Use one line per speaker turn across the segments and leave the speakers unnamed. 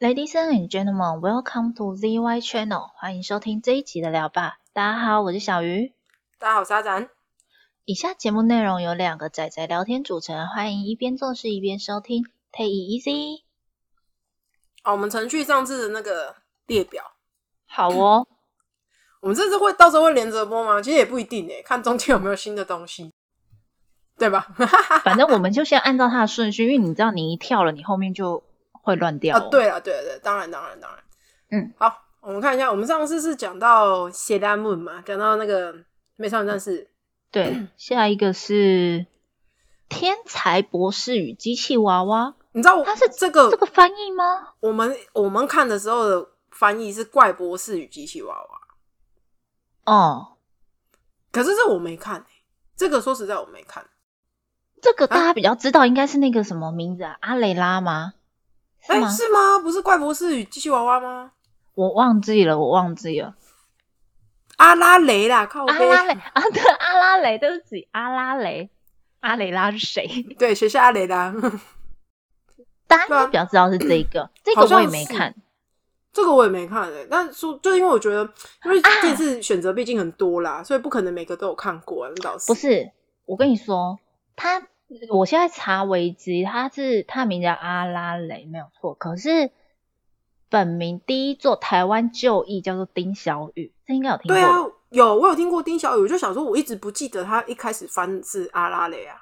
Ladies and gentlemen, welcome to ZY Channel，欢迎收听这一集的聊吧。大家好，我是小鱼。
大家好，我是阿展。
以下节目内容由两个仔仔聊天组成，欢迎一边做事一边收听，Take it easy。
哦，我们程序上次的那个列表，
好 哦，
我们这次会到时候会连着播吗？其实也不一定诶，看中间有没有新的东西，对吧？
反正我们就先按照它的顺序，因为你知道你一跳了，你后面就会乱掉、
啊
哦。，
对了，对了对了，当然，当然，当然。
嗯，
好，我们看一下，我们上次是讲到谢丹木嘛，讲到那个美少女战士，
对，下一个是天才博士与机器娃娃，
你知道我
它是
这个
这个翻译吗？
我们我们看的时候的翻译是怪博士与机器娃娃，
哦，
可是这我没看、欸、这个说实在我没看。
这
啊
个大家比较知道，应该是那个什么名字啊？阿蕾拉吗？是
哎、
吗？
是吗？不是怪博士与机器娃娃吗？
我忘记了，我忘记了。
阿拉蕾啦，靠
阿
背。
拉蕾啊，对，阿拉蕾，对不起，阿拉蕾，阿蕾拉是谁？
对，学下阿雷啦。
大家应
对啊
该比较知道是这个，这
好
个
像
我也没
是
看。
这个我也没看诶、欸但说就因为我觉得，因
啊
为这次选择毕竟很多啦，所以不可能每个都有看过、啊，那倒是。
不是，我跟你说，他我现在查维基，他是他名叫阿拉蕾，没有错。可是本名第一座台湾旧译叫做丁小雨，这应该有听过。
对啊，有我有听过丁小雨，我就想说，我一直不记得他一开始翻是阿拉蕾啊，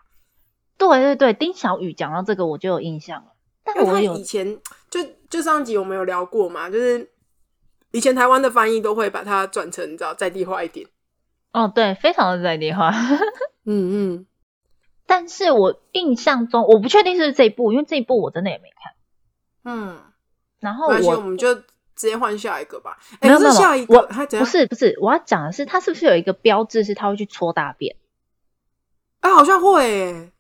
对对对，丁小雨讲到这个我就有印象了，但
因为
我
他
有
以前就就上集我们有聊过嘛，就是以前台湾的翻译都会把它转成你知道在地化一点。
哦，对，非常的在地化。
嗯嗯，
但是我印象中，我不确定是不是这一部，因为这一部我真的也没看。
嗯，
然后
没关系，我
我
们就直接换下一个吧。
没
哎、
有
可
没
是
有，
下一
我
个还怎
不
样？
是不是，我要讲的是，它是不是有一个标志是它会去搓大便？
哎、好像会、欸，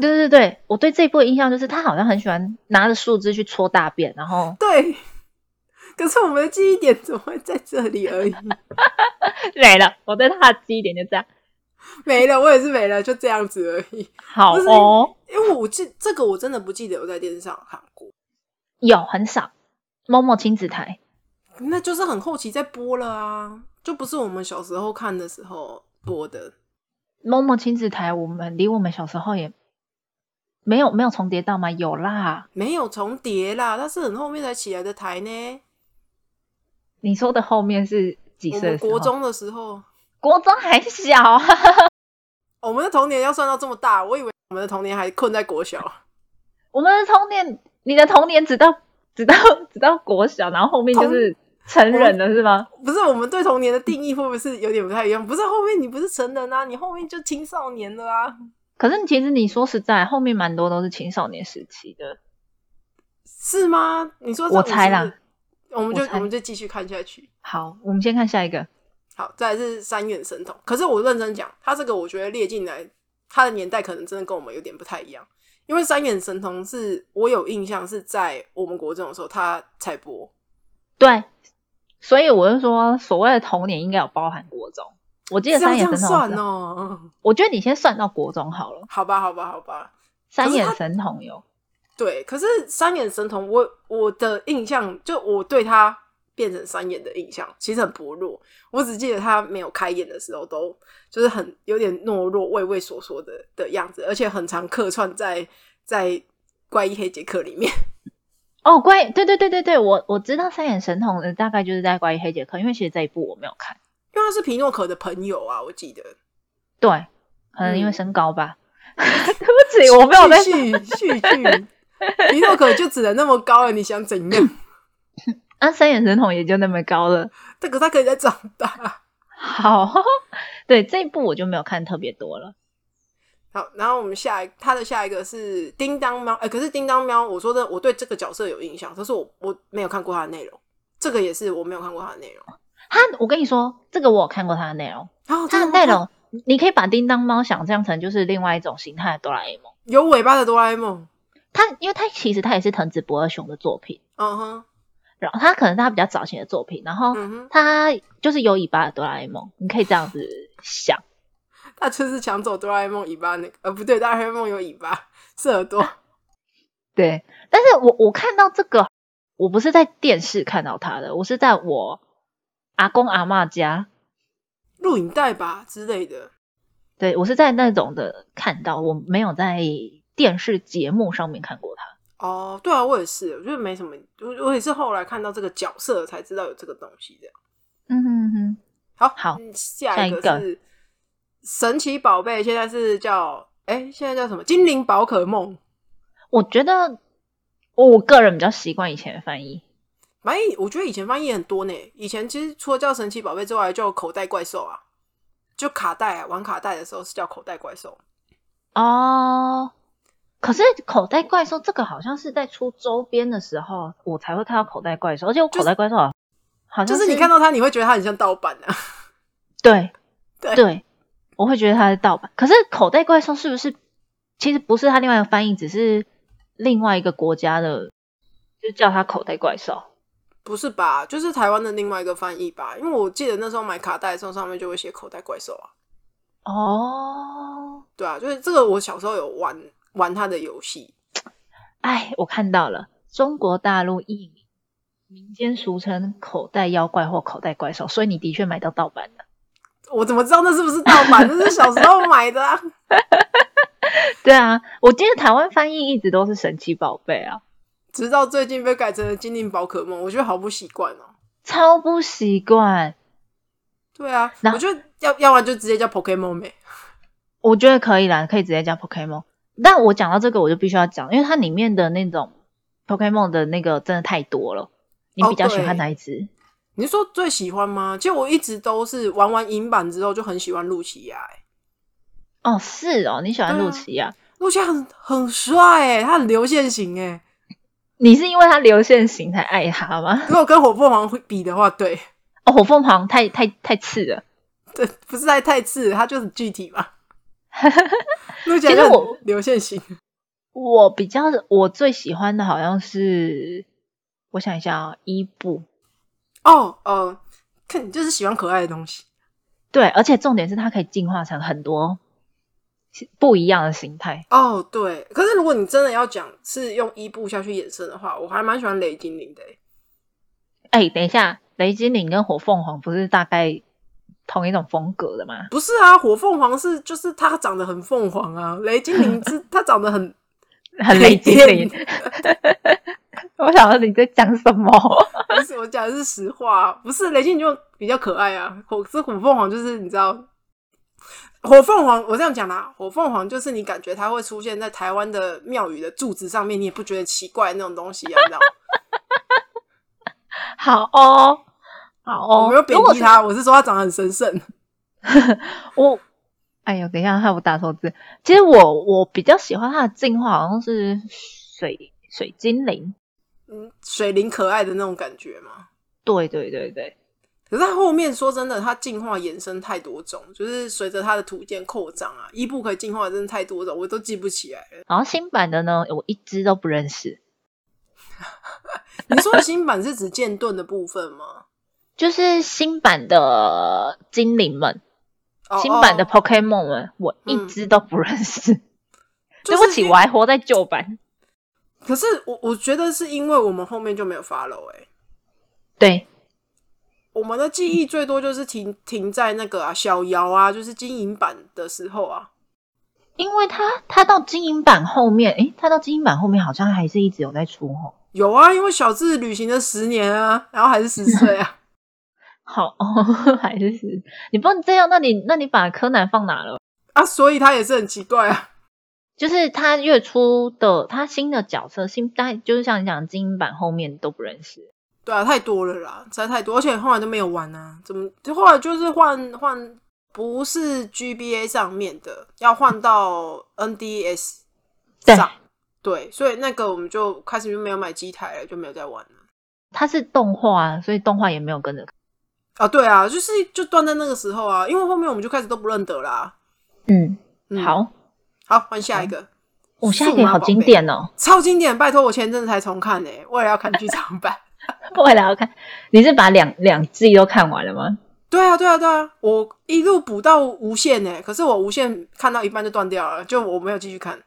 对对对，我对这一部的印象就是他好像很喜欢拿着树枝去搓大便，然 后
对。可是我们的记忆点怎么会在这里而已？
没了。我对他的记忆点就这样。
没了，我也是没了，就这样子而已。
好
不是
哦，
因为我记这个我真的不记得有在电视上有看过，
有很少。某某亲子台，
那就是很后期在播了啊，就不是我们小时候看的时候播的。
某某亲子台，我们离我们小时候也没有没有重叠到吗？有啦，
没有重叠啦，它是很后面才起来的台呢。
你说的后面是几
我
岁
们
的时候？
国中的时候，
国中还小啊，
我们的童年要算到这么大，我以为我们的童年还困在国小。
我们的童年，你的童年只到只到 只到国小，然后后面就是成人了，是吗？
不是我们对童年的定义会不会是有点不太一样？不是后面你不是成人啊，你后面就青少年了啊。
可是其实你说实在，后面蛮多都是青少年时期的。
是吗？你说这
我猜啦
50，我们就
我
我
猜
们就继续看下去。
好，我们先看下一个。
好，再来是三眼神童。可是我认真讲，他这个我觉得列进来，他的年代可能真的跟我们有点不太一样，因为三眼神童是我有印象是在我们国中的时候他才播，
对，所以我就说，所谓的童年应该有包含国中。我记
这
得三
样啊这
眼
样
神童，
算、哦。
我觉得你先算到国中好了。
好吧，好吧，好吧。
三眼神童有，
对，可是三眼神童，我我的印象就我对他变成三眼的印象其实很薄弱，我只记得他没有开眼的时候都就是很有点懦弱、畏畏缩缩的的样子，而且很常客串在在怪异黑杰克里面。
哦，关于对对对对对，我我知道三眼神童的大概就是在关于黑杰克，因为其实这一部我没有看。
因为他是皮诺可的朋友啊，我记得。
对，可能因为
嗯
身高吧。 对不起，我没有在
续续剧， 皮诺可就只能那么高了，你想怎样？
啊，三眼神童也就那么高了。
这个他可以再长大。
好， 对这一部我就没有看特别多了。
好，然后我们下一他的下一个是叮当喵，哎、可是叮当喵，我说的我对这个角色有印象，可是我我没有看过他的内容，这个也是我没有看过他的内容。
他，我跟你说，这个我有看过他的内容，它
啊，真
的
吗
内容，你可以把叮当猫想象成就是另外一种形态的哆啦 A 梦。
有尾巴的哆啦 A 梦，
它，因为它其实它也是藤子不二雄的作品，
嗯哼，
然后它可能是他比较早期的作品，然后
嗯哼，
它就是有尾巴的哆啦 A 梦，你可以这样子想。
他就是抢走哆啦 A 梦尾巴那个，呃，不对，哆啦 A 梦有尾巴，是耳朵。
对，但是我我看到这个我不是在电视看到他的，我是在我阿公阿嬷家，
录影带吧之类的。
对我是在那种的看到，我没有在电视节目上面看过他。
哦，对啊，我也是，我觉得没什么，我我也是后来看到这个角色才知道有这个东西的。
嗯哼哼，
好，
好
嗯下一个
下一
是神奇宝贝，现在是叫哎，现在叫什么？精灵宝可梦。
我觉得我我个人比较习惯以前的翻译。
反正我觉得以前翻译很多呢，以前其实除了叫神奇宝贝之外，叫口袋怪兽啊，就卡带啊，玩卡带的时候是叫口袋怪兽。
哦，可是口袋怪兽这个好像是在出周边的时候，我才会看到口袋怪兽，而且我口袋怪兽好好
就
像
是你看到它，你会觉得它很像盗版啊。
对
对
我会觉得它是盗版。可是口袋怪兽是不是其实不是它另外一个翻译，只是另外一个国家的，就叫它口袋怪兽。
不是吧？就是台湾的另外一个翻译吧，因为我记得那时候买卡带的时候，上面就会写口袋怪兽啊。
哦，
对啊，就是这个，我小时候有玩玩它的游戏，
哎，我看到了，中国大陆译名，民间俗称口袋妖怪或口袋怪兽，所以你的确买到盗版的。
我怎么知道那是不是盗版？那是小时候买的啊。
对啊，我记得台湾翻译一直都是神奇宝贝啊，
直到最近被改成了精灵宝可梦，我觉得好不习惯哦。
超不习惯。
对啊，
那
我觉得要要不然就直接叫 Pokemon 呗。
我觉得可以啦，可以直接加 Pokemon。但我讲到这个，我就必须要讲，因为它里面的那种 Pokemon 的那个真的太多了。你
哦
比较喜
对
欢哪一只？
你是说最喜欢吗？其实我一直都是玩完银版之后就很喜欢露琪亚、欸，
哦，是哦，你喜欢
对啊
露琪亚？
露琪亚很很帅哎、他很流线型哎、
你是因为它流线型才爱它吗？
如果跟火凤凰会比的话，对
哦，火凤凰太太太刺了。
对，不是太太次，他就很具体 嘛。露琪亚
其实
就
我
很流线型，
我比较我最喜欢的好像是，我想一下啊、伊布。
哦哦，看你就是喜欢可爱的东西。
对，而且重点是它可以进化成很多不一样的形态。
哦，对，可是如果你真的要讲是用伊布下去衍生的话，我还蛮喜欢雷精灵的、欸。
哎，等一下，雷精灵跟火凤凰不是大概同一种风格的吗？
不是啊，火凤凰是就是它长得很凤凰啊，雷 精灵是它长得很。
很雷精灵 我想说你在讲什么？
不是我讲的是实话、啊不是雷精灵就比较可爱啊，火是火凤凰就是你知道，火凤凰我这样讲啦、火凤凰就是你感觉它会出现在台湾的庙宇的柱子上面，你也不觉得奇怪那种东西啊，你知道吗？
好哦，好
我
哦。
没有贬
如果
低
是
它，我是说它长得很神圣。
我，哎呦，等一下，害我打错字。其实我我比较喜欢它的进化，好像是水水精灵。
嗯，水灵可爱的那种感觉嘛。
对对对对，
可是它后面说真的，它进化衍生太多种，就是随着它的图鉴扩张啊，伊布可以进化的真的太多种，我都记不起来了。
然后新版的呢，我一只都不认识。
你说的新版是指剑盾的部分吗？
就是新版的精灵们，
哦
新版的
哦
Pokemon 们，我一
嗯
只都不认识。
就
对
是
不起，
因
我还活在旧版。
可是我我觉得是因为我们后面就没有 follow 哎、
对，
我们的记忆最多就是停停在那个啊小瑶啊，就是金银版的时候啊。
因为它它到精英版后面，诶，它到精英版后面好像还是一直有在出哦吼。
有啊，因为小智旅行了十年啊，然后还是十岁啊。
好哦， 还是你不能这样，那你那你把柯南放哪了？
啊，所以他也是很奇怪啊。
就是他月初的他新的角色，新大就是像你讲的精英版后面都不认识。
对啊，太多了啦，实在太多，而且后来都没有玩啊。怎么后来就是换换，不是 GBA 上面的，要换到 NDS
对
上。对，所以那个我们就开始就没有买机台了，就没有再玩了。
它是动画，啊所以动画也没有跟着看。
啊，对啊，就是就断在那个时候啊，因为后面我们就开始都不认得啦。
嗯，
嗯，
好，
好，换下一个，
我、哦、下一
数
个
码
好
宝
经
贝
典哦，
超经典，拜托我前阵子才重看呢、我也要看剧场版。
未来要看。你是把两两季都看完了吗？
对啊，对啊，对啊，我一路补到无限呢、可是我无限看到一半就断掉了，就我没有继续看。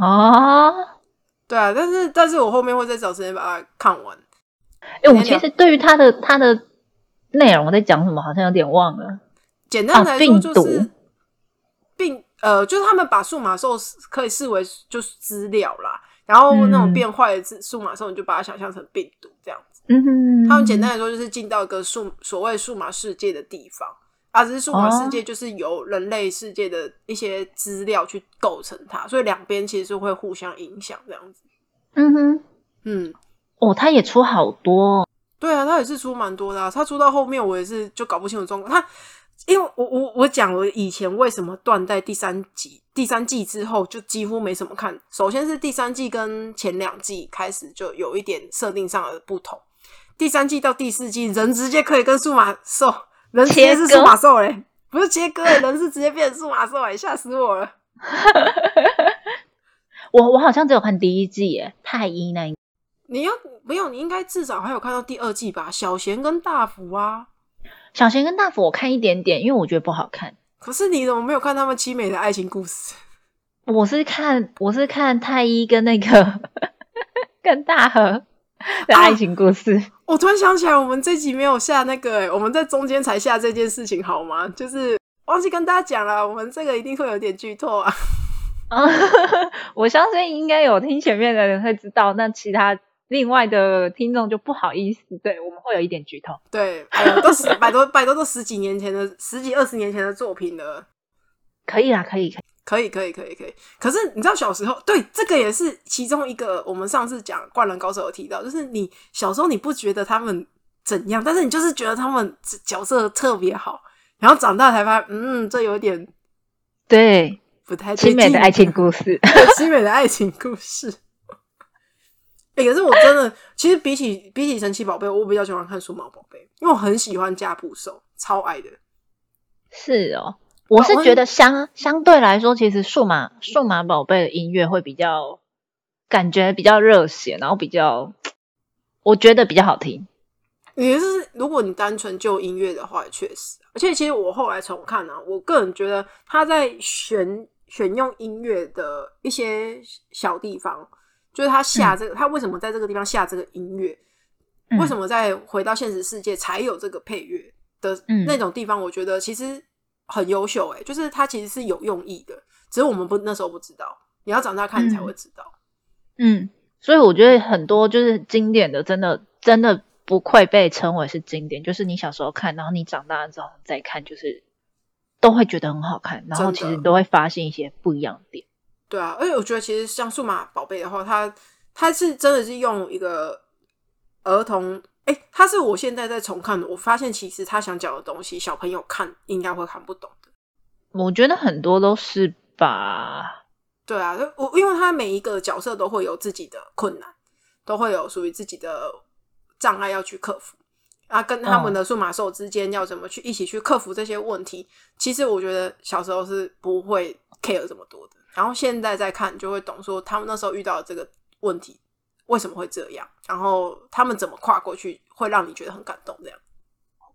哦，
对啊，但是但是我后面会再找时间把它看完。
哎、我其实对于他的他的内容在讲什么，好像有点忘了。
简单来说
啊
就
病
是
毒
病呃，就是他们把数码兽是可以视为就是资料啦，然后那种
嗯
变坏的字数码兽，你就把它想象成病毒这样子。
嗯，
他们简单来说就是进到一个数所谓数码世界的地方啊，只是数码世界就是由人类世界的一些资料去构成它，所以两边其实是会互相影响这样子。
嗯哼，
嗯，
哦，他也出好多哦、
对啊，他也是出蛮多的、啊，他出到后面我也是就搞不清楚状况。他因为我我我讲我以前为什么断在第三集第三季之后就几乎没什么看，首先是第三季跟前两季开始就有一点设定上的不同，第三季到第四季人直接可以跟数码兽人直接是
切割
数码兽嘞，不是切割欸，人是直接变成数码兽哎，吓死我了。
我我好像只有看第一季耶，太医那一
你要没有？你应该至少还有看到第二季吧？小贤跟大福啊，
小贤跟大福我看一点点，因为我觉得不好看。
可是你怎么没有看他们凄美的爱情故事？
我是看我是看太医跟那个 跟大和的爱情故事。
我突然想起来，我们这集没有下那个、欸，我们在中间才下这件事情，好吗？就是忘记跟大家讲了，我们这个一定会有点剧透啊。
啊， 我相信应该有听前面的人会知道，那其他另外的听众就不好意思，对我们会有一点剧透。
对，哎呦，都十百多百多都十几年前的，十几二十年前的作品了。
可以啦，可以，可以。
可以，可以，可以，可以。可是你知道小时候，对这个也是其中一个，我们上次讲《灌篮高手》有提到，就是你小时候你不觉得他们怎样，但是你就是觉得他们角色特别好，然后长大才发现，嗯，这有点
对，
不太对
凄美
劲
的爱情故事，
凄美的爱情故事。 哎、可是我真的，其实比起比起神奇宝贝，我比较喜欢看数码宝贝，因为我很喜欢加布兽，超爱的。
是哦。我是
我
觉得相相对来说，其实数码数码宝贝的音乐会比较感觉比较热血，然后比较我觉得比较好听。
也就是如果你单纯就音乐的话，确实，啊而且其实我后来重看啊，我个人觉得他在选选用音乐的一些小地方，就是他下这个，他为什么在这个地方下这个音乐，
嗯
为什么在回到现实世界才有这个配乐的
嗯
那种地方，我觉得其实很优秀、欸，就是它其实是有用意的，只是我们不那时候不知道，你要长大看你才会知道。
嗯，所以我觉得很多就是经典的，真的真的不愧被称为是经典。就是你小时候看，然后你长大了之后再看，就是都会觉得很好看，然后
真的
其实你都会发现一些不一样的点。
对啊，而且我觉得其实像数码宝贝的话，它它是真的是用一个儿童，哎、它是我现在在重看的，我发现其实他想讲的东西，小朋友看应该会看不懂的。
我觉得很多都是吧，
对啊，就我因为他每一个角色都会有自己的困难，都会有属于自己的障碍要去克服。啊，跟他们的数码兽之间要怎么去一起去克服这些问题？其实我觉得小时候是不会 care 这么多的，然后现在再看就会懂，说他们那时候遇到的这个问题为什么会这样，然后他们怎么跨过去，会让你觉得很感动。这样，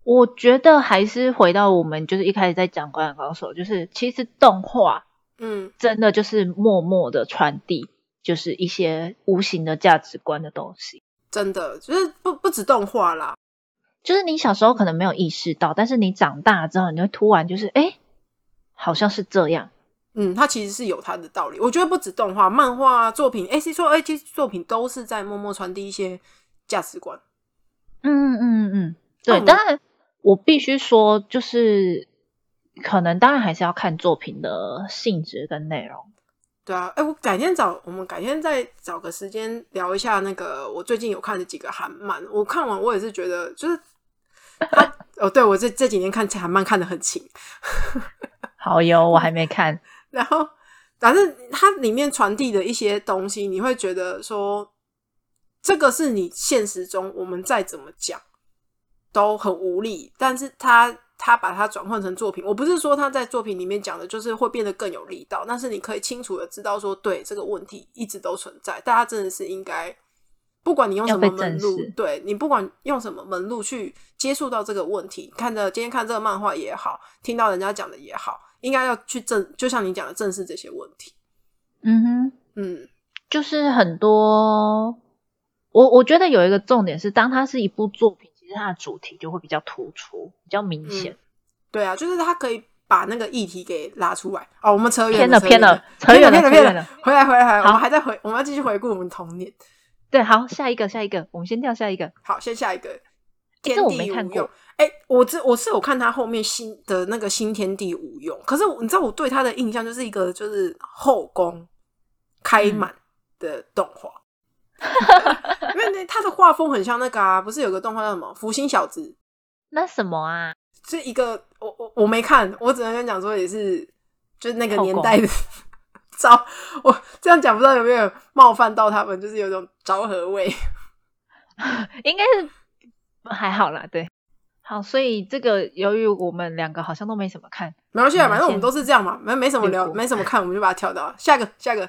我觉得还是回到我们就是一开始在讲《灌篮高手》，就是其实动画
嗯，
真的就是默默的传递，就是一些无形的价值观的东西。
真的就是不不止动画啦，
就是你小时候可能没有意识到，但是你长大之后，你会突然就是哎、诶好像是这样。
嗯，它其实是有它的道理。我觉得不止动画、漫画、啊、作品，A C 说 A G 作品都是在默默传递一些价值观。
嗯嗯嗯嗯，
那
对。
我
当然，我必须说，就是可能当然还是要看作品的性质跟内容。
对啊，哎、我改天找我们改天再找个时间聊一下那个我最近有看的几个韩漫。我看完我也是觉得，就是他哦，对我这这几年看韩漫看的很勤，
好哟，我还没看。
然后反正它里面传递的一些东西，你会觉得说，这个是你现实中我们再怎么讲都很无力，但是他他把它转换成作品，我不是说他在作品里面讲的就是会变得更有力道，但是你可以清楚的知道说，对这个问题一直都存在，大家真的是应该。不管你用什么
要被
门
正
路
视，
对你不管用什么门路去接触到这个问题，看着今天看这个漫画也好，听到人家讲的也好，应该要去正，就像你讲的，正视这些问题。
嗯哼，
嗯，
就是很多，我我觉得有一个重点是，当它是一部作品，其实它的主题就会比较突出，比较明显。
对啊，就是他可以把那个议题给拉出来。哦，我们扯远
偏了，
扯
偏了
远
扯远了，
了，，偏了，偏
偏
了，
了。
回来，回来，回来，我
好
们还在回，我们要继续回顾我们童年。
对，好，下一个，下一个，我们先跳下一个。
好，先下一个。
这
天
我
地
没
无
看过
用。哎、我这我是有看他后面新的那个新天地无用，可是我你知道我对他的印象就是一个就是后宫开满的动 画，因为那他的画风很像那个啊，不是有个动画叫什么《福星小子》，
那什么啊？
是一个我我我没看，我只能跟你讲说也是，就是那个
后宫
年代的 昭，我这样讲不知道有没有冒犯到他们，就是有一种昭和味。
应该是还好啦，对。好，所以这个由于我们两个好像都没什么看，
没关系啊，
嗯
反正我
先
们都是这样嘛，没没什么
略
聊，
过
没什么看，我们就把它跳掉。啊下一个，下一个。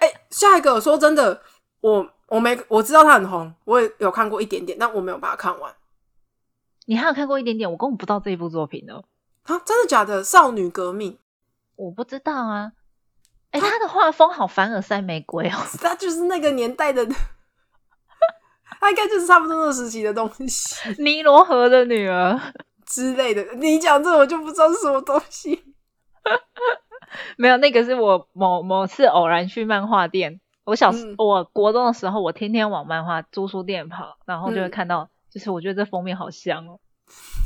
哎、下一个，说真的，我我没我知道它很红，我也有看过一点点，但我没有把它看完。
你还有看过一点点，我根本不知道这一部作品呢，哦
啊，真的假的？少女革命，
我不知道啊。哎、他的画风好凡尔赛玫瑰 哦，
它就是那个年代的， 它应该就是差不多那个时期的东西。
尼罗河的女儿，
之类的。你讲这我就不知道是什么东西。
没有那个是我某某次偶然去漫画店，我小、时
嗯
我国中的时候，我天天往漫画租书店跑，然后就会
嗯
看到，就是我觉得这封面好香哦，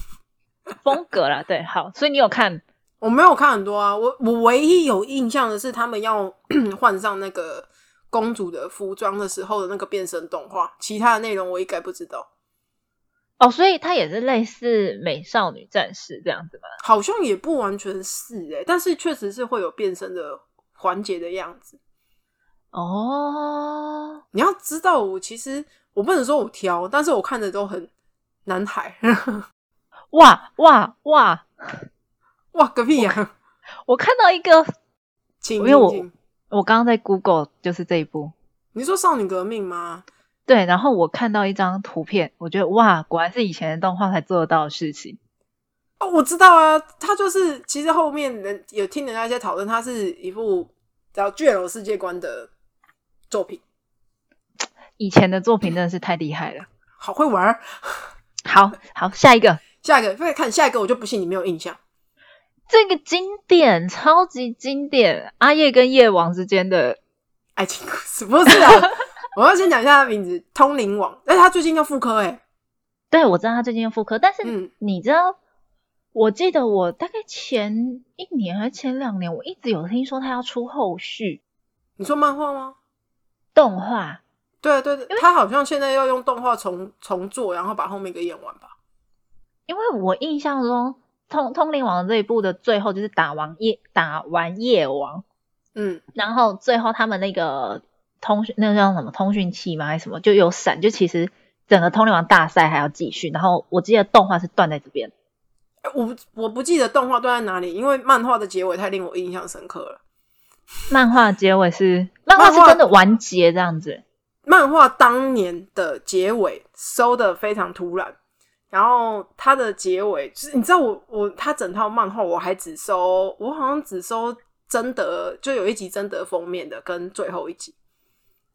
风格啦，对，好，所以你有看，
我没有看很多啊，我我唯一有印象的是他们要 换上那个公主的服装的时候的那个变身动画，其他的内容我一概不知道，
哦，所以它也是类似美少女战士这样子吗？
好像也不完全是诶、但是确实是会有变身的环节的样子。
哦，
你要知道，我其实我不能说我挑，但是我看的都很男孩，
哇哇哇！
哇个屁呀、
我看到一个，
请
因为我
请请
我刚刚在 Google 就是这一部，
你说少女革命吗？
对，然后我看到一张图片，我觉得哇，果然是以前的动画才做得到的事情。
哦，我知道啊，他就是其实后面人有听人家一些讨论，它是一部叫巨人世界观的作品，
以前的作品真的是太厉害了。
好会玩儿。
好好，下一个，
下一个，快看下一个，我就不信你没有印象。
这个经典，超级经典，阿叶跟夜王之间的，
爱情故事不是啊，我要先讲一下他的名字，《通灵王》，哎，他最近要复刻哎、
对我知道他最近要复刻，但是
嗯，
你知道，我记得我大概前一年还是前两年，我一直有听说他要出后续
你说漫画吗？
动画，
对啊对对，他好像现在要用动画重重做，然后把后面给演完吧。
因为我印象中。通通灵王这一部的最后就是打完夜打完夜王，
嗯，
然后最后他们那个通讯，那个叫什么通讯器吗？还是什么？就有闪，就其实整个通灵王大赛还要继续。然后我记得动画是断在这边，
哎我不我不记得动画断在哪里，因为漫画的结尾太令我印象深刻了。
漫画结尾是漫画是真的完结这样子。
漫画当年的结尾收的非常突然，然后它的结尾就是你知道我我它整套漫画我还只收我好像只收贞德就有一集贞德封面的跟最后一集，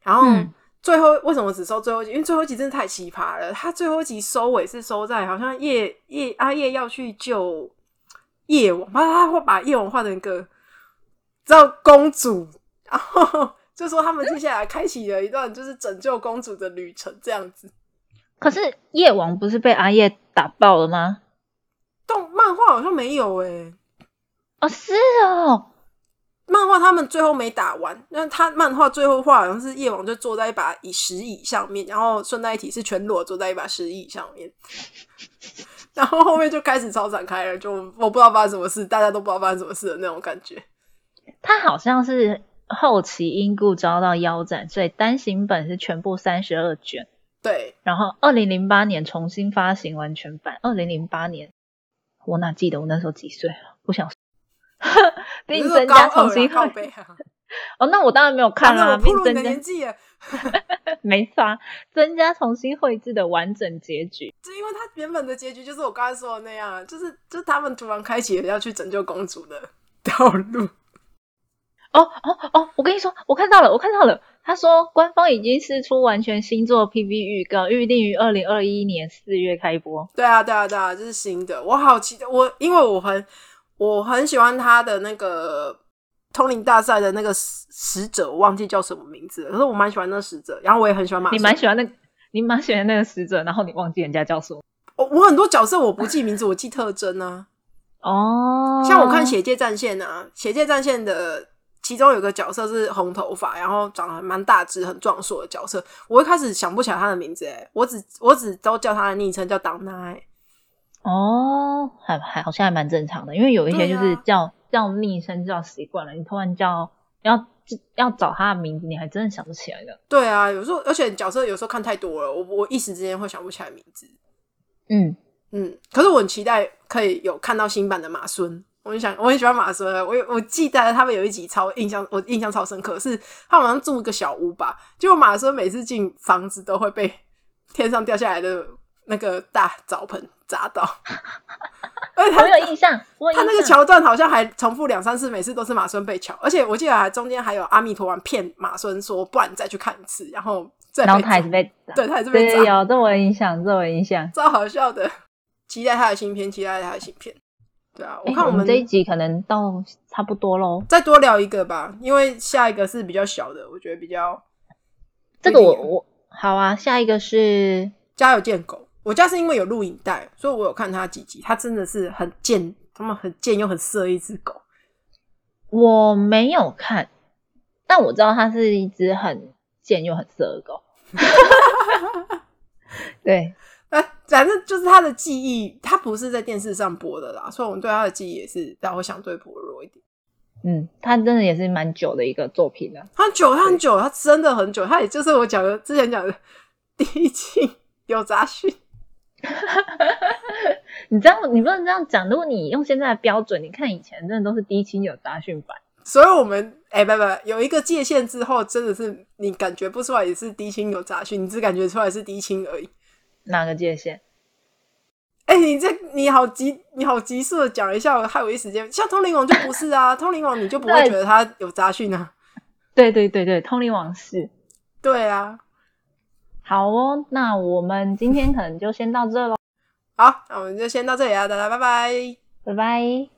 然后
嗯
最后为什么只收最后一集？因为最后一集真的太奇葩了，它最后一集收尾是收在好像夜夜阿夜要去救夜王，他他会把夜王画成一个知道公主然后就说他们接下来开启了一段就是拯救公主的旅程，这样子。
可是夜王不是被阿叶打爆了吗？
动漫画好像没有诶、
哦，是哦，
漫画他们最后没打完，那他漫画最后画好像是夜王就坐在一把以石椅上面，然后顺带一提是全裸坐在一把石椅上面，然后后面就开始超展开了，就我不知道发生什么事，大家都不知道发生什么事的那种感觉。
他好像是后期因故遭到腰斩，所以单行本是全部三十二卷。
对，
然后二零零八年重新发行完全版。二零零八年，我哪记得我那时候几岁啊？不想说。
你
并
是说
增
高
加
二
重
啊
新
靠
发
背啊，
哦，那我当然没有看
啊那
啦、
我暴
并
露你的
增
年
加
纪了。
没差，增加重新绘制的完整结局。
就因为他原本的结局就是我刚才说的那样啊，就是就他们突然开启了要去拯救公主的道路。
哦哦哦！我跟你说，我看到了，我看到了。他说，官方已经释出完全新作 PV 预告，预定于二零二一年四月开播。
对啊，对啊，对啊，这是新的。我好期待，我因为我很我很喜欢他的那个通灵大赛的那个使使者，我忘记叫什么名字了，可是我蛮喜欢那使者，然后我也很喜欢马术。
你蛮喜欢那个，你蛮喜欢那个使者，然后你忘记人家叫什么？
我我很多角色我不记名字，我记特征啊。
哦，
像我看《血界战线》啊，《血界战线》的其中有个角色是红头发，然后长得蛮大只、很壮硕的角色，我一开始想不起来他的名字、欸，哎，我只我只都叫他的昵称叫当奈、欸。
哦，还还好像还蛮正常的，因为有一些就
对
是
啊
叫、叫昵称叫习惯了，你突然叫要要找他的名字，你还真的想不起来的。
对啊，有时候而且角色有时候看太多了，我我一时之间会想不起来名字。
嗯，
嗯，可是我很期待可以有看到新版的马孙。我很想，我很喜欢马孙。我有我记得他们有一集超印象，我印象超深刻，是他们好像住一个小屋吧，结果马孙每次进房子都会被 天上掉下来的那个大澡盆 砸到，而且他
我有印象，我有
他
印象。
那个桥段好像还重复两三次，每次都是马孙被桥，而且我记得还中间还有阿弥陀丸骗马孙说，不然你再去看一次，然后再被
然后他还是被
砸对，他还是被
对
砸，
有这我有印象，这我有印象。
超好笑的。期待他的新片，期待他的新片。对啊，我
诶
看
哎我
我们
这一集可能到差不多喽。
再多聊一个吧，因为下一个是比较小的，我觉得比较
这个我
不一定
我好啊，下一个是
家有贱狗。我家是因为有录影带，所以我有看他几集，他真的是很贱，他们很贱又很色一只狗。
我没有看，但我知道它是一只很贱又很色的 狗。对，
呃，反正就是他的记忆，他不是在电视上播的啦，所以我们对他的记忆也是稍微相对薄弱一点。
嗯，它真的也是蛮久的一个作品啊了。
他很久，他很久，他真的很久，他也就是我讲的之前讲的 第一季有杂讯。
你这样，你不能这样讲。如果你用现在的标准，你看以前真的都是低清有杂讯版。
所以我们哎、不不，有一个界限之后，真的是你感觉不出来也是低清有杂讯，你只感觉出来是低清而已。
哪个界限？
哎、你这你好急，你好急速的讲一下，害我一时间。像通灵王就不是啊，通灵王你就不会
对
觉得它有杂讯啊。
对对对对，通灵往事。
对啊，
好哦，那我们今天可能就先到这喽，
好，那我们就先到这里啊，大家拜拜。
拜拜。